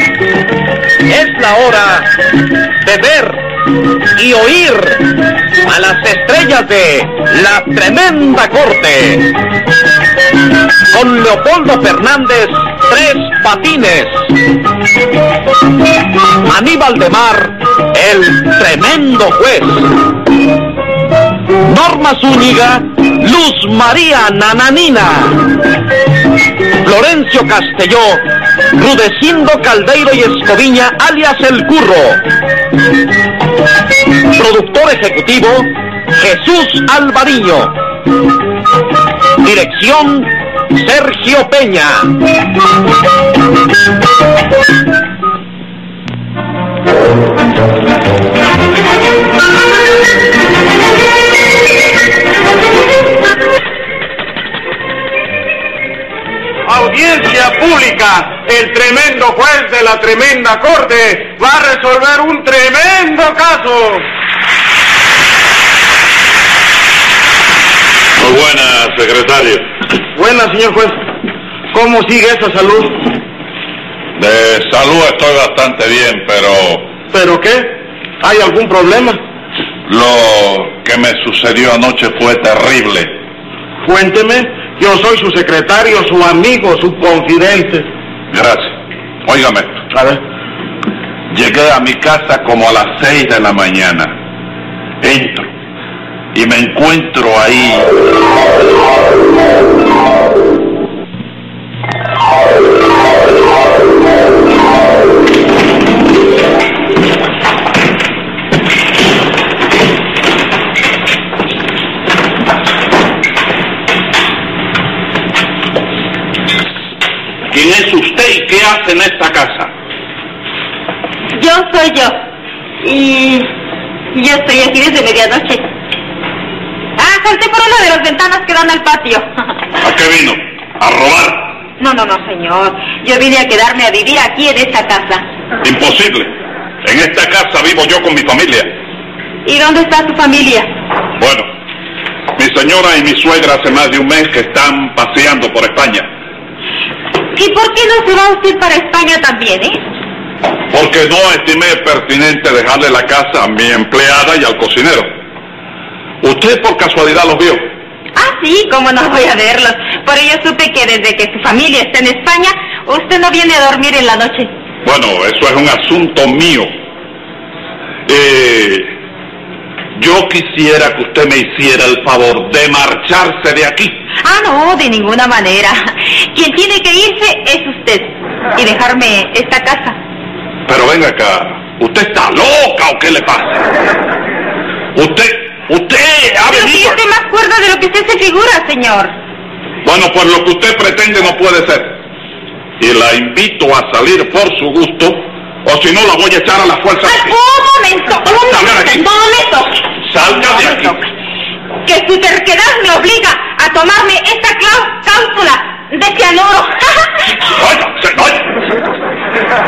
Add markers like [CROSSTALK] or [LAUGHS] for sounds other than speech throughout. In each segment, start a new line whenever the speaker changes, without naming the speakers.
Es la hora de ver y oír a las estrellas de la tremenda corte. Con Leopoldo Fernández, tres patines. Aníbal de Mar, el tremendo juez. Norma Zúñiga, Luz María Nananina. Florencio Castelló, Rudecindo Caldeiro y Escoviña, alias El Curro. Productor ejecutivo, Jesús Alvariño. Dirección, Sergio Peña.
Audiencia pública, el tremendo juez de la tremenda corte va a resolver un tremendo caso.
Muy buena, secretario.
Buenas, señor juez. ¿Cómo sigue esa salud?
De salud estoy bastante bien, pero
¿Pero qué? ¿Hay algún problema?
lo que me sucedió anoche fue terrible.
Cuénteme, yo soy su secretario, su amigo, su confidente.
Gracias. Óigame,
A ver,
llegué a mi casa como a las seis de la mañana. Entro y me encuentro ahí.
¿Quién es usted y qué hace en esta casa?
Yo soy yo. Y y yo estoy aquí desde medianoche. Ah, salté por una de las ventanas que dan al patio. [LAUGHS]
¿A qué vino? A robar.
No, no, no, señor. Yo vine a quedarme a vivir aquí en esta casa.
Imposible. En esta casa vivo yo con mi familia.
¿Y dónde está tu familia?
Bueno, mi señora y mi suegra hace más de un mes que están paseando por España.
¿Y por qué no se va usted para España también, eh?
porque no estimé pertinente dejarle la casa a mi empleada y al cocinero. Usted por casualidad los vio.
Ah, sí, cómo no voy a verlos. Por ello supe que desde que su familia está en España, usted no viene a dormir en la noche.
Bueno, eso es un asunto mío. Eh, yo quisiera que usted me hiciera el favor de marcharse de aquí.
Ah, no, de ninguna manera. [LAUGHS] Quien tiene que irse es usted y dejarme esta casa.
Pero venga acá, ¿usted está loca o qué le pasa? Usted, usted ha
Pero si yo
venido...
estoy más cuerda de lo que usted se figura, señor.
Bueno, pues lo que usted pretende no puede ser. Y la invito a salir por su gusto, o si no la voy a echar a la fuerza. de
oh,
aquí.
¡Un momento! ¡Un
Salga de
momento!
aquí.
¡No me toque!
Salga de
No me
aquí.
toque. Que su terquedad me obliga a tomarme esta clau- cápsula de cianuro.
Oiga, se- oiga.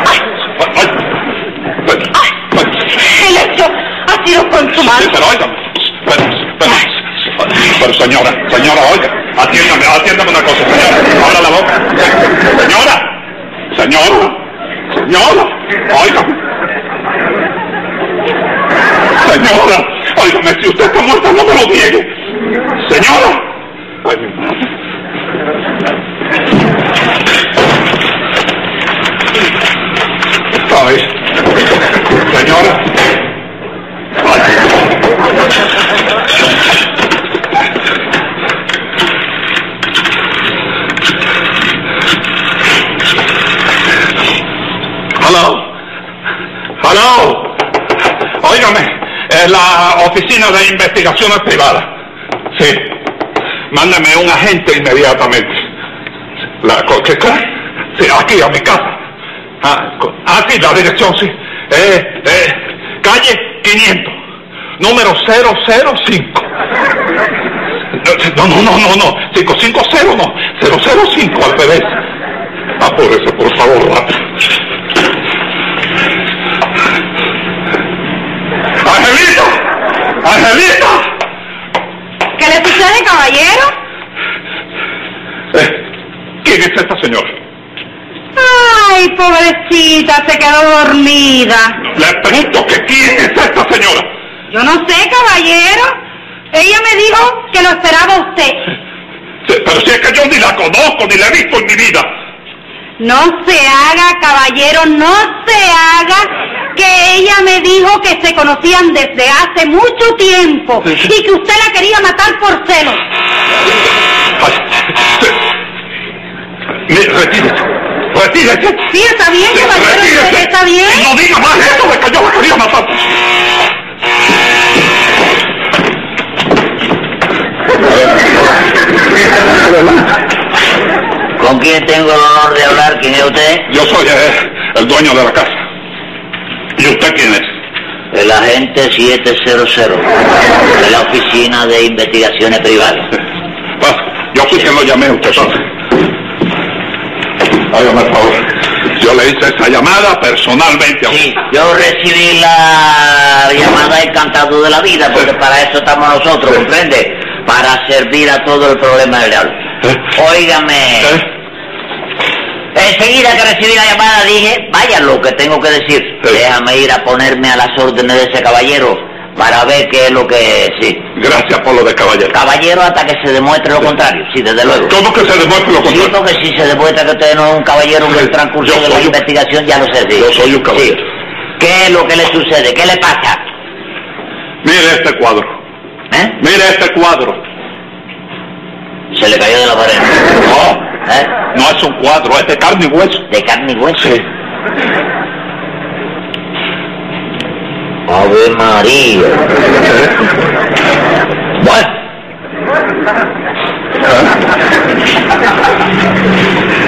Oiga, oiga.
[LAUGHS] El hecho ha sido consumado.
Pues Sí, pero oiga. Pero, pero, pero, señora, señora, oiga. Atiéndame, atiéndame una cosa, señora. Abra la boca. Se- Señora, señora, señora, oiga. Señora, óigame, si usted está muerta, no me lo niegue. Señora. Ay, mi madre. Ay, señora. Ay. Hello. Hello. Óigame, es la oficina de investigaciones privadas. Sí. Mándame un agente inmediatamente. La co- ¿qué cosa? Sí, aquí a mi casa. Ah, co- ah, sí, la dirección, sí. Eh, eh, calle 500, número 005. No, no, no, no, no. 550 no. 005 al revés. Apúrese, por favor, rápido. ¡Angelito! ¡Angelito!
¿Qué le sucede, caballero?
Eh, ¿Quién es esta señora?
Ay, pobrecita, se quedó dormida.
Le pregunto que quién es esta señora.
Yo no sé, caballero. Ella me dijo que lo esperaba usted.
Sí, pero si es que yo ni la conozco ni la he visto en mi vida.
No se haga, caballero, no se haga, que ella me dijo que se conocían desde hace mucho tiempo
Sí, sí.
y que usted la quería matar por celos.
Ay, sí. Mire, retírese. Retírese.
Sí, está bien,
Sí,
caballero,
retírese.
está
Y No
bien.
diga más eso de que yo la quería matar.
¿Con quién tengo el honor de hablar? ¿Quién es usted?
Yo soy eh, el dueño de la casa. ¿Y usted quién es?
El agente 700 de la Oficina de Investigaciones Privadas.
Pues, yo fui quien lo llamé a usted, entonces. Hágame el favor. Yo le hice esa llamada personalmente a usted.
Sí, yo recibí la llamada del cantado de la vida, porque para eso estamos nosotros, ¿comprende? Para servir a todo el problema del diablo. Óigame,
¿Eh?
enseguida que recibí la llamada dije, vaya lo que tengo que decir,
Sí.
déjame ir a ponerme a las órdenes de ese caballero para ver qué es lo que... Sí,
Gracias por lo de caballero.
caballero hasta que se demuestre lo contrario, sí, desde luego.
¿Cómo que se demuestre lo
Sí,
contrario?
porque si se demuestra que usted no es un caballero en el transcurso
Yo
de la
soy un-
investigación, ya lo sé. sí.
Yo soy un caballero.
Sí. ¿Qué es lo que le sucede? ¿Qué le pasa?
Mire este cuadro.
¿Eh?
Mire este cuadro.
Se le cayó de la pared.
[LAUGHS] No,
¿Eh?
no es un cuadro, es de carne y hueso.
¿De carne y hueso?
Sí.
Ave María. Bueno.
¿Eh?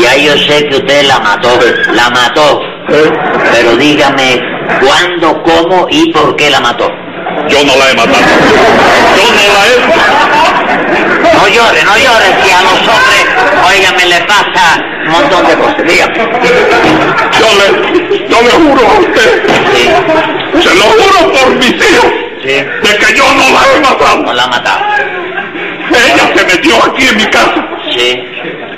Ya yo sé que usted la mató, la mató.
¿Eh?
Pero dígame cuándo, cómo y por qué la mató.
Yo no la he matado. Yo no la he
No llore, no llore, si a los hombres, óigame, le pasa un montón de cosas. Dígame.
Yo le, yo le juro a usted.
Sí,
Se lo juro por mis hijos.
sí,
De que yo no la he
no
matado.
la ha matado.
Ella se metió aquí en mi casa
Sí,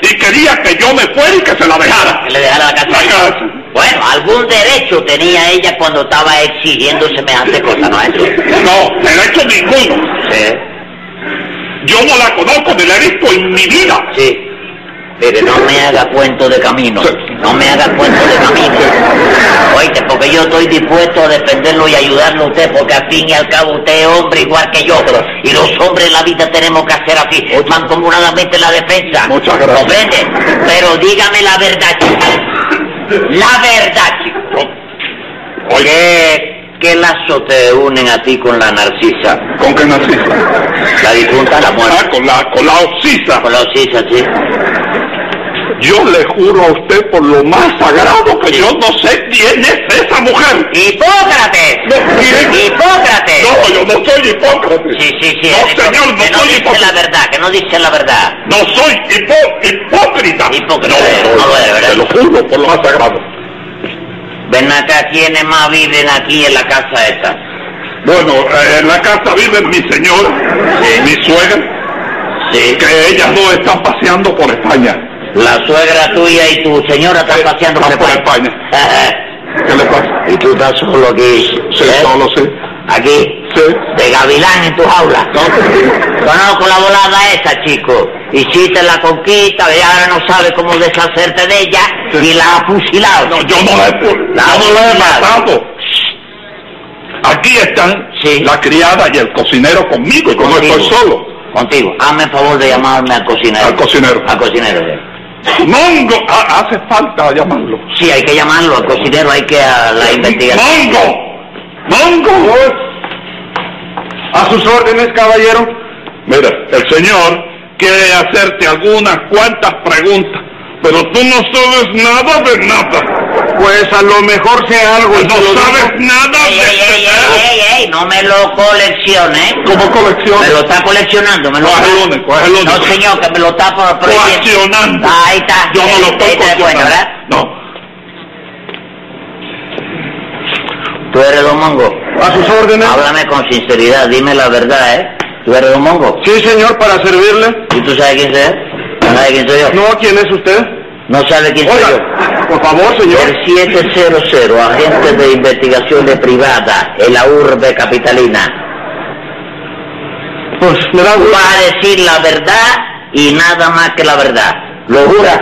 y quería que yo me fuera y que se la dejara.
que le dejara la
La
casa.
casa.
Bueno, algún derecho tenía ella cuando estaba exigiendo semejante cosa, ¿no eso?
No, derecho ninguno.
Sí,
Yo no la conozco ni la he visto en mi vida.
sí. Mire, no me haga cuento de camino. No me haga cuento de camino. Oíste, porque yo estoy dispuesto a defenderlo y ayudarlo a usted, porque al fin y al cabo usted es hombre igual que yo. Y los hombres en la vida tenemos que hacer así, mancomunadamente la defensa.
Muchas gracias.
¿Comprende? Pero dígame la verdad, chico. La verdad, chico. ¿Qué, qué lazo te unen a ti con la narcisa?
¿Con qué narcisa?
La difunta, la muerte.
Ah, con la, con la oxisa.
Con la narcisa, sí.
Yo le juro a usted por lo más sagrado que yo no sé quién es esa mujer.
¡Hipócrates!
mire.
¡Hipócrates!
No, yo no soy hipócrata.
Sí, sí, sí.
No,
eres
señor, no
que no
soy
dice la
hipócrita.
verdad, que no dice la verdad.
No soy hipó- hipócrita.
Hipócrita,
No,
no lo es, ¿verdad?
Te lo juro por lo más sagrado.
Ven acá, ¿quiénes más viven aquí en la casa esta?
Bueno, eh, en la casa vive mi señora, mi suegra,
Sí.
que ellas no están paseando por España.
La suegra tuya y tu señora están
Eh,
paseando
están por
España.
¿Qué le pasa?
[LAUGHS] y tú estás solo aquí.
Sí,
¿eh?
solo sí.
Aquí.
Sí.
De gavilán en tu jaula.
No,
Conozco la volada esa, chico. Hiciste la conquista y ahora no sabes cómo deshacerte de ella y la has fusilado.
no, yo no la he, pu-
La
yo no la he
verdad.
matado. Aquí están
Sí.
la criada y el cocinero conmigo, yo no
Contigo.
estoy solo.
Contigo. Hazme el favor de llamarme al cocinero.
Al cocinero.
Al cocinero, sí.
Mongo, Ah, hace falta llamarlo.
Sí, hay que llamarlo al cocinero, hay que a la investigación.
Mongo, Mongo.
A sus órdenes, caballero.
Mira, el señor quiere hacerte algunas cuantas preguntas, pero tú no sabes nada de nada.
Pues a lo mejor sea algo y
No
se lo digo.
sabes nada
Ey, ey, ey, ey,
de
ey, ey, no me lo coleccione. ¿eh?
Como colección.
Me lo está coleccionando, me lo
¿Cuál es el
está...
único? ¿Cuál es el único?
No, señor, que me lo está por por-
Coaccionando.
Ahí está.
Yo no lo
Ahí
estoy
Ah, te das cuenta,
coaccionando.
¿verdad?
No.
Tú eres Don Mongo.
A sus órdenes.
Háblame con sinceridad, dime la verdad, ¿eh? Tú eres Don Mongo.
Sí, señor, para servirle.
¿Y tú sabes quién soy? yo? ¿No sabes quién soy yo?
No, ¿quién es usted?
No sabes quién soy yo.
Oiga, por favor, señor.
El 700, agente de investigaciones privadas en la urbe capitalina.
Pues me da
Va a decir la verdad y nada más que la verdad. ¿Lo juras?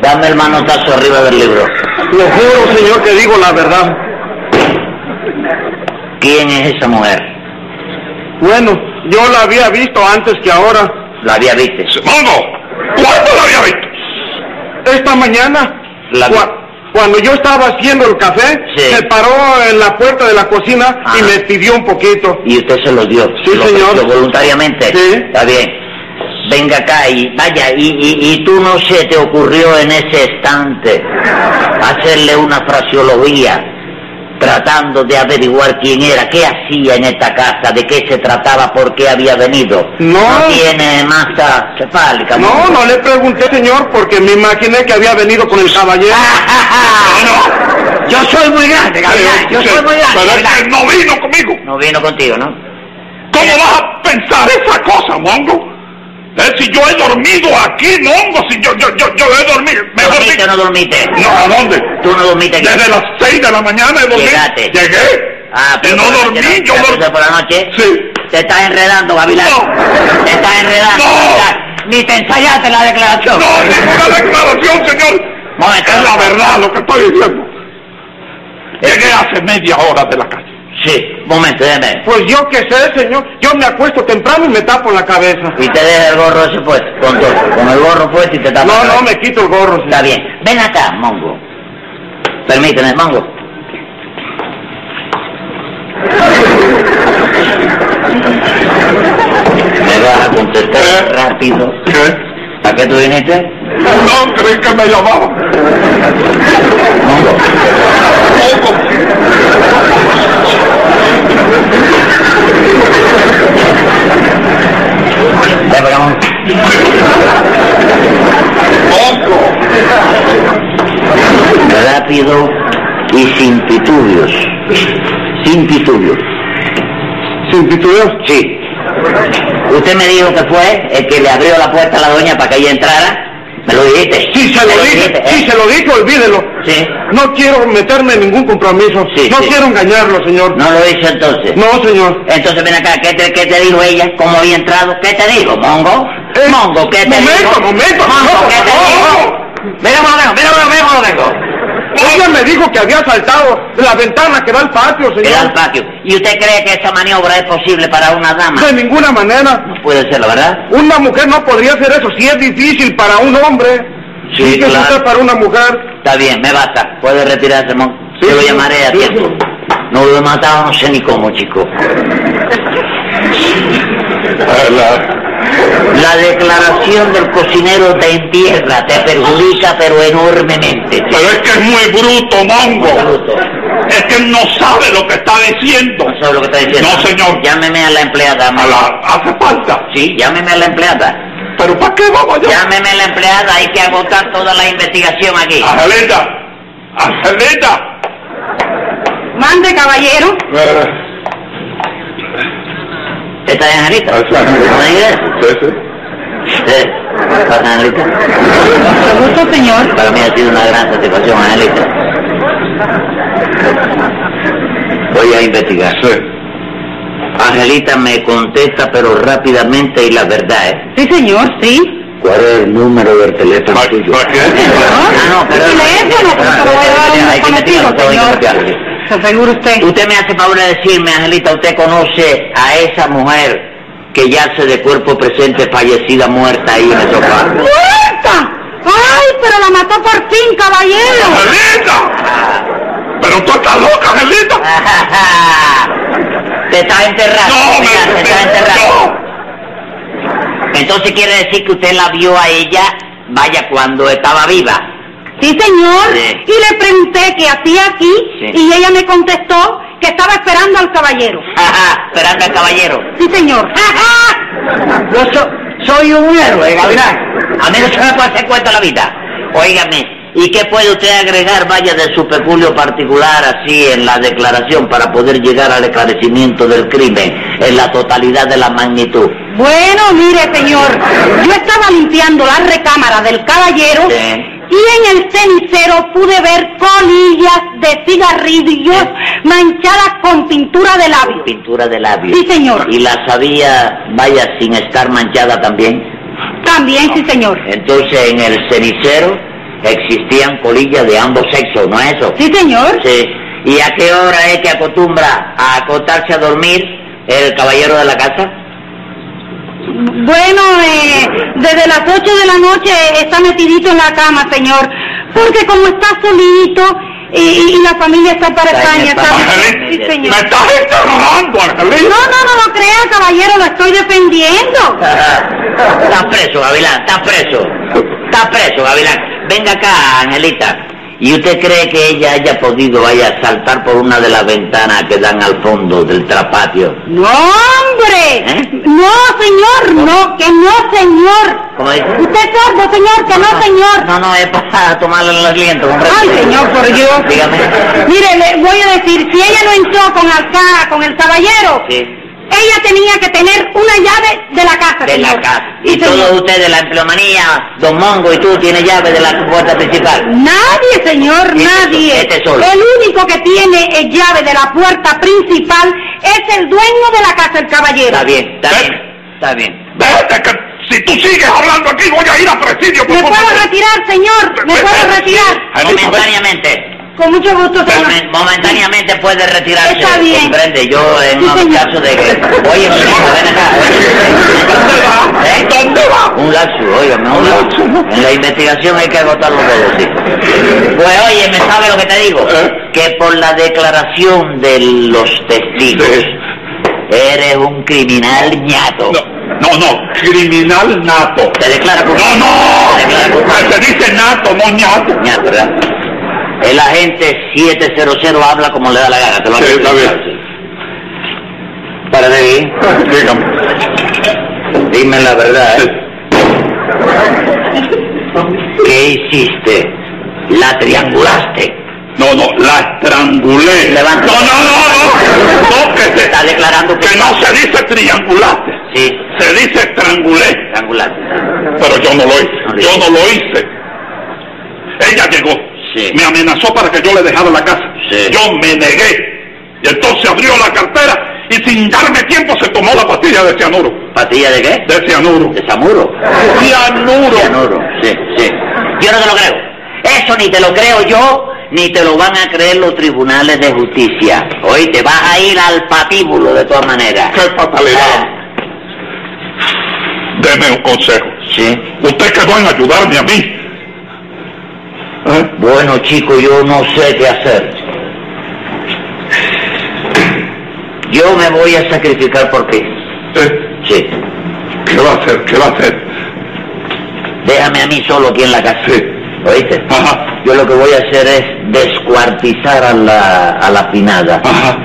Dame el manotazo arriba del libro.
Lo juro, señor, que digo la verdad.
¿Quién es esa mujer?
Bueno, yo la había visto antes que ahora.
¿La había visto?
¡Mono! ¿Cuándo la había visto?
Esta mañana,
La-
cua- cuando yo estaba haciendo el café,
Sí.
se paró en la puerta de la cocina y
Ajá.
me pidió un poquito.
Y usted se lo dio.
Sí,
lo
señor.
ofreció voluntariamente.
Sí.
Está bien. Venga acá y vaya, y, y, y tú no se te ocurrió en ese instante hacerle una fraseología tratando de averiguar quién era, qué hacía en esta casa, de qué se trataba, por qué había venido.
No.
tiene masa cefálica.
No, no le pregunté, señor, porque me imaginé que había venido con el caballero.
Ah,
no. Yo soy muy grande, Gabriel. Yo
Sí,
soy muy grande.
pero es
Gabriel.
que no vino conmigo.
[LAUGHS] No vino contigo, ¿no?
¿Cómo vas a pensar esa cosa, Mongo? Eh, si yo he dormido aquí, Mongo, si yo, yo, yo, yo he dormido. Mejor
¿Dormiste o
dicho-
no dormiste?
No, ¿a dónnde?
Tú no dormiste aquí.
Desde las seis de la mañana he dormido.
Llegaste.
Llegué.
Ah, pero
y no
por la
dormí,
noche
yo
¿Te
dormí.
puse por la noche?
Sí.
Te estás enredando, Gavilán.
No.
Te estás enredando,
No.
Gavilán. Ni te ensayaste la declaración.
No, ninguna declaración, señor.
Momento.
Es la verdad lo que estoy diciendo. Llegué hace media hora de la calle.
Sí, un momento, déjeme.
Pues yo qué sé, señor. Yo me acuesto temprano y me tapo la cabeza.
Y te deja el gorro ese puesto, con todo. Con el gorro puesto y te tapas.
No, no, me quito el gorro, señor.
Está bien. Ven acá, Mongo. Permíteme, Mongo. ¿Me vas a contestar
¿Eh?
rápido?
¿Qué?
¿A qué tú viniste?
No creí que me llamaba.
Mongo.
Mongo.
Ven para acá, Mongo.
Mongo.
rápido y sin titubios. Sin titubios.
Sin titubeos.
Sí. Usted me dijo que fue el que le abrió la puerta a la doña para que ella entrara. ¿Me lo dijiste?
Sí, se
¿Me
lo dije,
dijiste,
sí,
eh?
se lo dije, olvídelo.
Sí.
No quiero meterme en ningún compromiso.
Sí,
no
sí.
quiero engañarlo, señor.
¿No lo hizo entonces?
No, señor.
Entonces ven acá, ¿qué te, qué te dijo ella? ¿Cómo había entrado? ¿Qué te dijo, Mongo?
Eh,
Mongo, ¿qué te
momento,
dijo?
momento,
Mongo,
no,
¿qué te
no,
dijo? Mira cómo lo tengo, mira cómo lo- mira cómo lo tengo.
Ella me dijo que había saltado la ventana que da al patio, señor.
Era al patio. ¿Y usted cree que esa maniobra es posible para una dama?
De ninguna manera.
No puede ser, la verdad.
Una mujer no podría hacer eso. Si es difícil para un hombre,
Sí,
sí que es
claro.
usted para una mujer.
Está bien, me basta. Puede retirarse, Mon.
Sí,
Yo lo
sí,
llamaré a
sí,
tiempo.
sí.
No lo he matado, no sé ni cómo, chico.
Eh,
La declaración del cocinero te entierra, te perjudica, pero enormemente. chico.
Pero es que es muy bruto, Mongo.
Bruto.
Es que él no sabe lo que está diciendo.
No sabe lo que está diciendo.
No, señor.
Llámeme a la empleada.
A
Mon.
la, hace falta.
Sí, llámeme a la empleada.
Pero ¿para qué vamos allá?
Llámeme a la empleada, hay que agotar toda la investigación aquí.
Angelita. Angelita.
Mande, caballero.
Eh,
¿Está bien, Angelita? ¿No me digas? Sí. Eh, ¿Pasa, Angelita?
Mucho gusto, señor.
Para mí ha sido una gran satisfacción, Angelita. Voy a investigar. Angelita me contesta, pero rápidamente y la verdad, ¿eh?
Sí, señor, sí.
¿Cuál es el número del teléfono
¿Para-
tuyo?
para qué?
Ah, no, pero...
Teléfono, pues,
Ah,
se lo voy a dar a un
hay que investigar,
desconocido,
hay que
señor.
investigar.
Se asegura usted.
Usted me hace favor de decirme, Angelita, ¿usted conoce a esa mujer que yace de cuerpo presente, fallecida, muerta ahí en
[LAUGHS]
el sofá?
¡Muerta! ¡Ay, pero la mató por fin, caballero!
Angelita. Pero tú estás loca, Angelita.
Te está enterrando.
No,
mira,
me,
te Ah, está
me-
enterrando.
no.
Entonces quiere decir que usted la vio a ella, vaya, cuando estaba viva. [LAUGHS]
Sí, señor.
Sí.
Y le pregunté qué hacía aquí
Sí.
y ella me contestó que estaba esperando al caballero.
Ajá, esperando al caballero.
Sí, señor.
Yo soy un héroe, Gavilán. A mí no se me puede hacer cuenta la vida. Óigame, ¿y qué puede usted agregar, vaya, de su peculio particular así en la declaración para poder llegar al esclarecimiento del crimen en la totalidad de la magnitud?
Bueno, mire, señor, yo estaba limpiando la recámara del caballero
Sí.
Aquí en el cenicero pude ver colillas de cigarrillos manchadas con pintura de labios.
Pintura de labios.
Sí, señor.
Y la sabía, vaya, sin estar manchada también.
También, sí, señor.
Entonces, en el cenicero existían colillas de ambos sexos, ¿no es eso?
Sí, señor.
Sí. ¿Y a qué hora es que acostumbra a acotarse a dormir el caballero de la casa?
Bueno, eh, desde las 8 de la noche está metidito en la cama, señor. Porque como está solito y, y- y la familia está para
Está en
España,
España.
¿sabe? Sí,
Angelita,
señor.
[LAUGHS]
me estás interrogando,
No,
Angelita.
no, no lo crea, caballero, lo estoy defendiendo.
[LAUGHS] Está preso, Gavilán, está preso. Está preso, Gavilán. Venga acá, Angelita. ¿Y usted cree que ella haya podido, vaya, saltar por una de las ventanas que dan al fondo del trapatio?
No, hombre.
¿Eh?
No, señor, no, que no, señor.
¿Cómo dice?
Usted es sordo, señor, que no, señor.
No, no, es para tomarle el aliento, hombre.
Ay, señor, por Dios.
Dígame.
Mire, le voy a decir, si ella no entró con acá, con el caballero,
Sí.
ella tenía que tener una llave de la casa.
De la
señor.
casa.
Sí,
Y todos
señor.
ustedes, la empleomanía, don Mongo y tú, tiene llave de la puerta principal.
Nadie, señor,
Este
nadie.
solo, este solo.
El único que tiene eh, llave de la puerta principal es el dueño de la casa, el caballero.
Está bien,
¿Eh?
está
Ven.
bien, está bien.
Vete, que si tú sigues hablando aquí voy a ir a presidio. por
¿Me
favor.
puedo retirar, señor?
Pues,
¿Me
Ven,
puedo
ven.
retirar?
Angelita, ven.
Momentáneamente.
Con mucho gusto, señor.
Momen- momentáneamente puede retirarse.
Está bien.
Comprende, yo en
Sí,
un
señor.
caso de que. Oye, mi hijo, ven acá. oye. ¿Eh?
¿Dónde va?
Un lapso, óigame, un lapso. En la investigación hay que agotarlo todo, sí. Pues oye, ¿me sabe lo que te digo?
¿Eh?
Que por la declaración de los testigos,
Sí.
eres un criminal ñato.
No, no, no, criminal nato.
Te declara
No,
culpable.
¡Ah, no.
Te declara culpable.
Se dice nato, no ñato.
Ya, ¿verdad? El agente 700 habla como le da la gana, te lo
Sí,
advierto.
está bien.
Para de ahí.
[LAUGHS] Dígame.
Dime la verdad. ¿eh? ¿Qué hiciste? ¿La triangulaste?
No, no, la estrangulé.
Levanta.
No, no, no, no. No, que se-
Está declarando que
que no se dice triangulaste.
Sí,
Se dice estrangulé.
triangulaste.
Pero yo no lo
No
hice.
lo
Yo
hice.
no lo hice. Ella llegó.
Sí.
Me amenazó para que yo le dejara la casa.
Sí.
Yo me negué. Y entonces abrió la cartera y sin darme tiempo se tomó la pastilla de cianuro.
¿Patilla de qué?
De cianuro.
De Zamuro.
Cianuro.
Cianuro, sí, sí. Yo no te lo creo. Eso ni te lo creo yo, ni te lo van a creer los tribunales de justicia. Hoy te vas a ir al patíbulo de todas maneras.
Qué fatalidad.
Ah,
Deme un consejo.
sí.
Usted quedó en ayudarme a mí. ¿Eh?
Bueno, chico, yo no sé qué hacer. Yo me voy a sacrificar por ti.
¿Eh?
Sí.
¿Qué va a hacer? ¿Qué va a hacer?
Déjame a mí solo aquí en la casa.
Sí.
¿Oíste?
Ajá.
Yo lo que voy a hacer es descuartizar a la, a la pinada.
Ajá.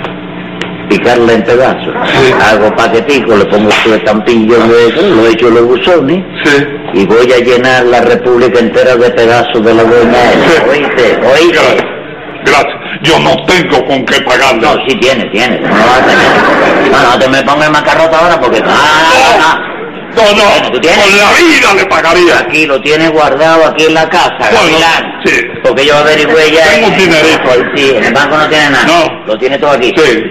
picarla en pedazos.
Sí.
Hago paquetico, le pongo su estampillo, lo, lo echo en los buzones
Sí.
y voy a llenar la república entera de pedazos de la buena
Sí.
esa. ¿Oíste?
Gracias.
¿Oíste?
Gracias. Yo no tengo con qué pagarle.
No, sí tiene, tiene. No va a tener. No, no te me pongas en macarrota ahora porque... Ah,
No, no,
Bueno, ¿tú tienes?
con la vida le pagaría.
Aquí lo tienes guardado aquí en la casa,
Bueno,
Gavilán.
sí.
Porque yo averigüé ya...
Tengo un dinerito ahí.
Sí, en el banco no tiene nada.
No.
Lo tiene todo aquí.
Sí. pues,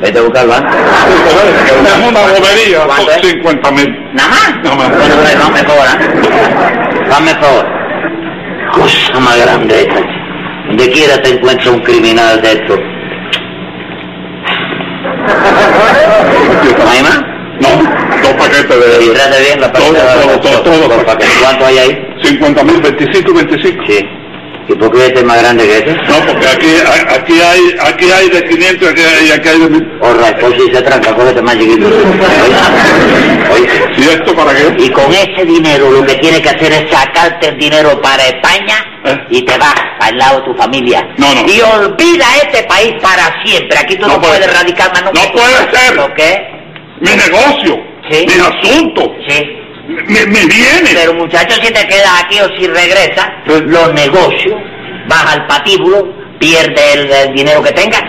Vete a buscarlo antes.
Es una bobería,
¿Cuánto
son
es?
50 mil.
¿Nada más?
Nada más.
Bueno, bueno, vamos mejor, ¿ah? Vamos mejor. Cosa más grande esta. Donde quiera te encuentro un criminal de esto. ¿No hay más?
No, dos paquetes
Y
de
trate bien la
Todo,
partida de
todo, todo, todo.
Por favor, ¿Cuánto hay ahí?
50 mil, 25 y 25.
Sí. ¿Y por qué este es más grande que este?
No, porque aquí, a- aquí, hay, aquí hay de 500 y aquí hay, y aquí hay de 1000.
O pues si se tranca, cógete
[LAUGHS]
más chiquito. Oye, oye.
¿Y esto para qué?
Y con ese dinero lo que tienes que hacer es sacarte el dinero para España
¿Eh?
y te vas al lado de tu familia.
No, no.
Y olvida este país para siempre. Aquí tú no,
No puede
puedes
ser.
radicar más nunca.
No puede ser.
¿Por qué?
Mi negocio,
Sí.
mi asunto,
Sí.
mi, mi bienes.
Pero muchacho, si te quedas aquí o si regresas,
Sí.
los negocios, vas al patíbulo, pierdes el, el dinero que tengas.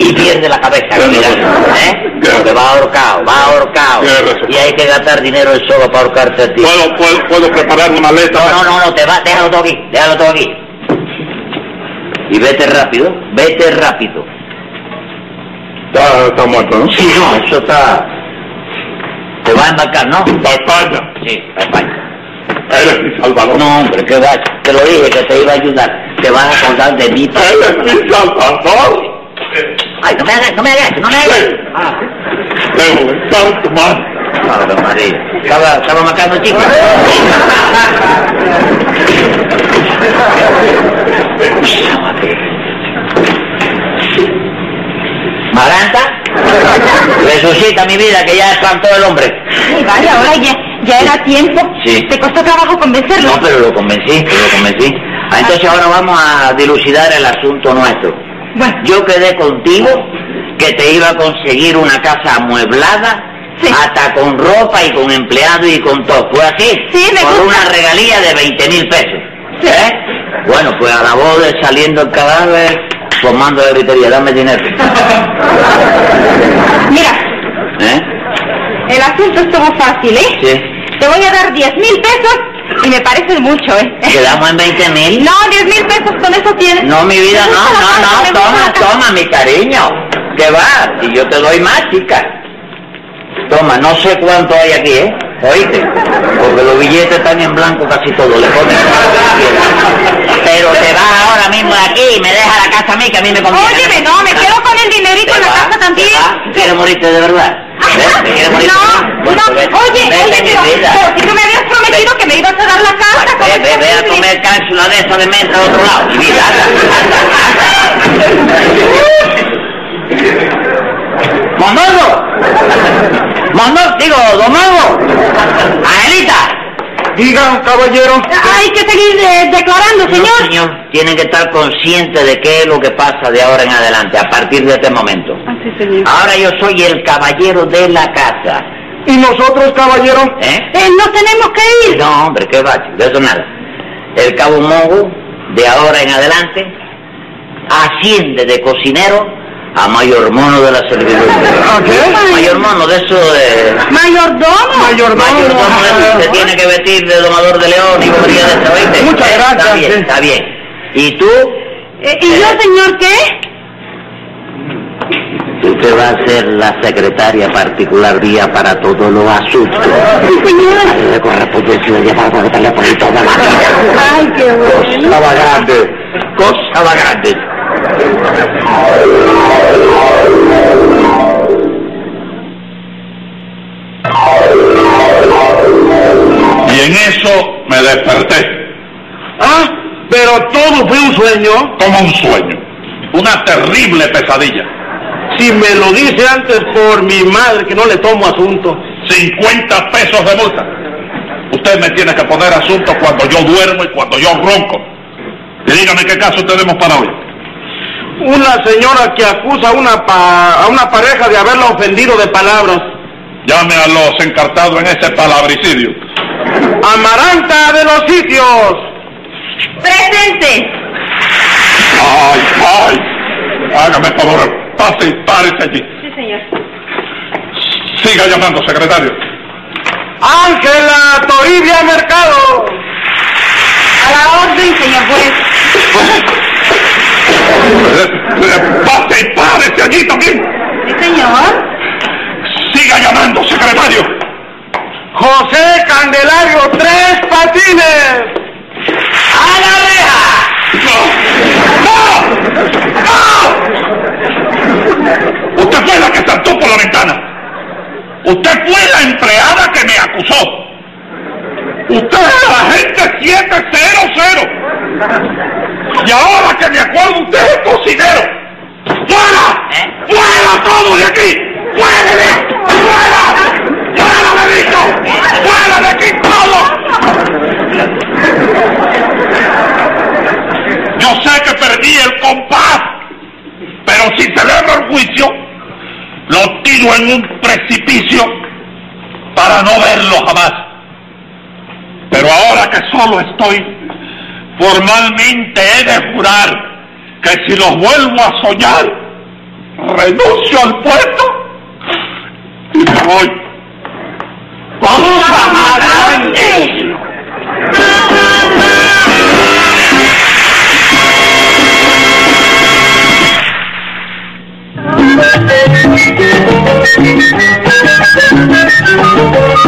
y pierde la cabeza.
Tiene
mira,
razón.
¿eh?
Tiene
Porque va ahorcado, va ahorcado.
Tiene razón.
Y hay que gastar dinero en solo para ahorcarse a ti.
¿Puedo, puedo, puedo preparar una maleta?
No, no, no, no, te va, déjalo todo aquí, déjalo todo aquí. Y vete rápido, vete rápido.
Está, está muerto, ¿no?
Sí, no, eso está... Te va a embarcar, ¿no?
Para España.
Sí, para España.
Eres mi salvador.
No, hombre, qué va. Te lo dije que te iba a ayudar. Te vas a acordar de mí. pa-
Eres mi salvador.
Ay, no me hagas, no me hagas, no me hagas.
Sí.
Ah,
Debo de tanto más.
Ave María. Estaba, estaba marcando chicos. Maranta, resucita mi vida que ya espantó el hombre.
Ay, vale, ahora ya, ya era tiempo.
Sí.
Te costó trabajo convencerlo.
No, pero lo convencí, lo convencí. Ah, entonces ahora vamos a dilucidar el asunto nuestro.
Bueno,
Yo quedé contigo que te iba a conseguir una casa amueblada,
Sí.
hasta con ropa y con empleado y con todo. ¿Fue así?
Sí, me
Por
gusta.
una regalía de 20 mil pesos. ¿Eh? Bueno, pues a la boda, saliendo el cadáver, formando la gritería, dame
[LAUGHS]
dinero.
mira,
¿Eh?
el asunto estuvo fácil, ¿eh?
Sí.
Te voy a dar 10 mil pesos y me parece mucho, ¿eh?
¿Quedamos en 20
[LAUGHS]
mil?
No, 10 mil pesos con eso tienes.
No, mi vida,
Me
no,
gusta la [LAUGHS]
no,
casa,
no,
me gusta la casa.
toma, toma, mi cariño. Que va, y yo te doy más, chica. Toma, no sé cuánto hay aquí, ¿eh? ¿Oíste? Porque los billetes están en blanco casi todos, le pones lo que quieras. Pero te vas ahora mismo de aquí y me deja la casa a mí, que a mí me conviene.
Óyeme, no, me quedo con el dinerito en la casa también.
¿Quieres morirte de verdad?
[LAUGHS]
¿Eh? ¿Te quieres morirte?
No,
Bueno, pues
no,
vete,
oye,
vete,
oye,
mi
pero,
vida.
pero si tú me habías prometido que me ibas a dar la casa, ¿cómo
Ve,
es
ve, ve a
posible?
comer cápsula de esa de menta a otro lado. Y mira, anda, anda, anda. ¡Mondongo! ¡Mondongo! Digo, ¡Domongo! ¡Angelita!
Digan, caballero.
Hay que seguir eh, declarando,
No,
señor.
señor, tienen que estar conscientes de qué es lo que pasa de ahora en adelante, a partir de este momento.
Ah, sí, señor.
Ahora yo soy el caballero de la casa,
¿Y nosotros, caballero?
¿eh?
Eh, no tenemos que ir.
No, hombre, qué bache, de eso nada. El cabo Mogo, de ahora en adelante, asciende de cocinero a mayormono de la servidumbre.
¿A qué?
Mayormono de eso de...
Mayordomo.
Mayordomo de eso, se tiene que vestir de domador de león y bobería de eso, ¿oíste?
Muchas
Eh, Está
gracias,
bien,
sí.
está bien. ¿Y tú?
Eh, ¿Y yo, señor, qué?
Tú te vas a ser la secretaria particular día para todos los asuntos.
Sí, señor.
Dale correspondencia de llamar por el teléfono
[LAUGHS]
y toda la vida.
Ay, qué bueno.
Cosa grande, cosa grande.
Y en eso me desperté.
Ah, pero todo fue un sueño.
Como un sueño. Una terrible pesadilla.
Si me lo dice antes por mi madre que no le tomo asunto.
50 pesos de multa. Usted me tiene que poner asunto cuando yo duermo y cuando yo ronco. Y dígame qué caso tenemos para hoy.
Una señora que acusa a una, pa- a una pareja de haberla ofendido de palabras.
Llame a los encartados en ese palabricidio.
Amaranta de los sitios.
Presente.
¡Ay, ay! Hágame favor, pase y párese allí.
Sí, señor.
Siga llamando, secretario.
Ángela Toribia Mercado.
A la orden, señor juez.
¡Pase y párese allí también!
Sí, señor.
¡Siga llamando, secretario!
José Candelario Tres Patines.
¡A la reja!
¡No! ¡No! Usted fue la que saltó por la ventana. Usted fue la empleada que me acusó. Usted es la gente 700. Y ahora que me acuerdo, usted es cocinero. ¡Fuera! ¡Fuera todo de aquí! ¡Fuera de ¡Fuera! ¡Fuera de dicho! ¡Fuera de aquí todo! Yo sé que perdí el compás, pero si celebro el juicio, lo tiro en un precipicio para no verlo jamás. Pero ahora que solo estoy, formalmente he de jurar que si los vuelvo a soñar, renuncio al puesto y me voy. ¡Cosa más grande!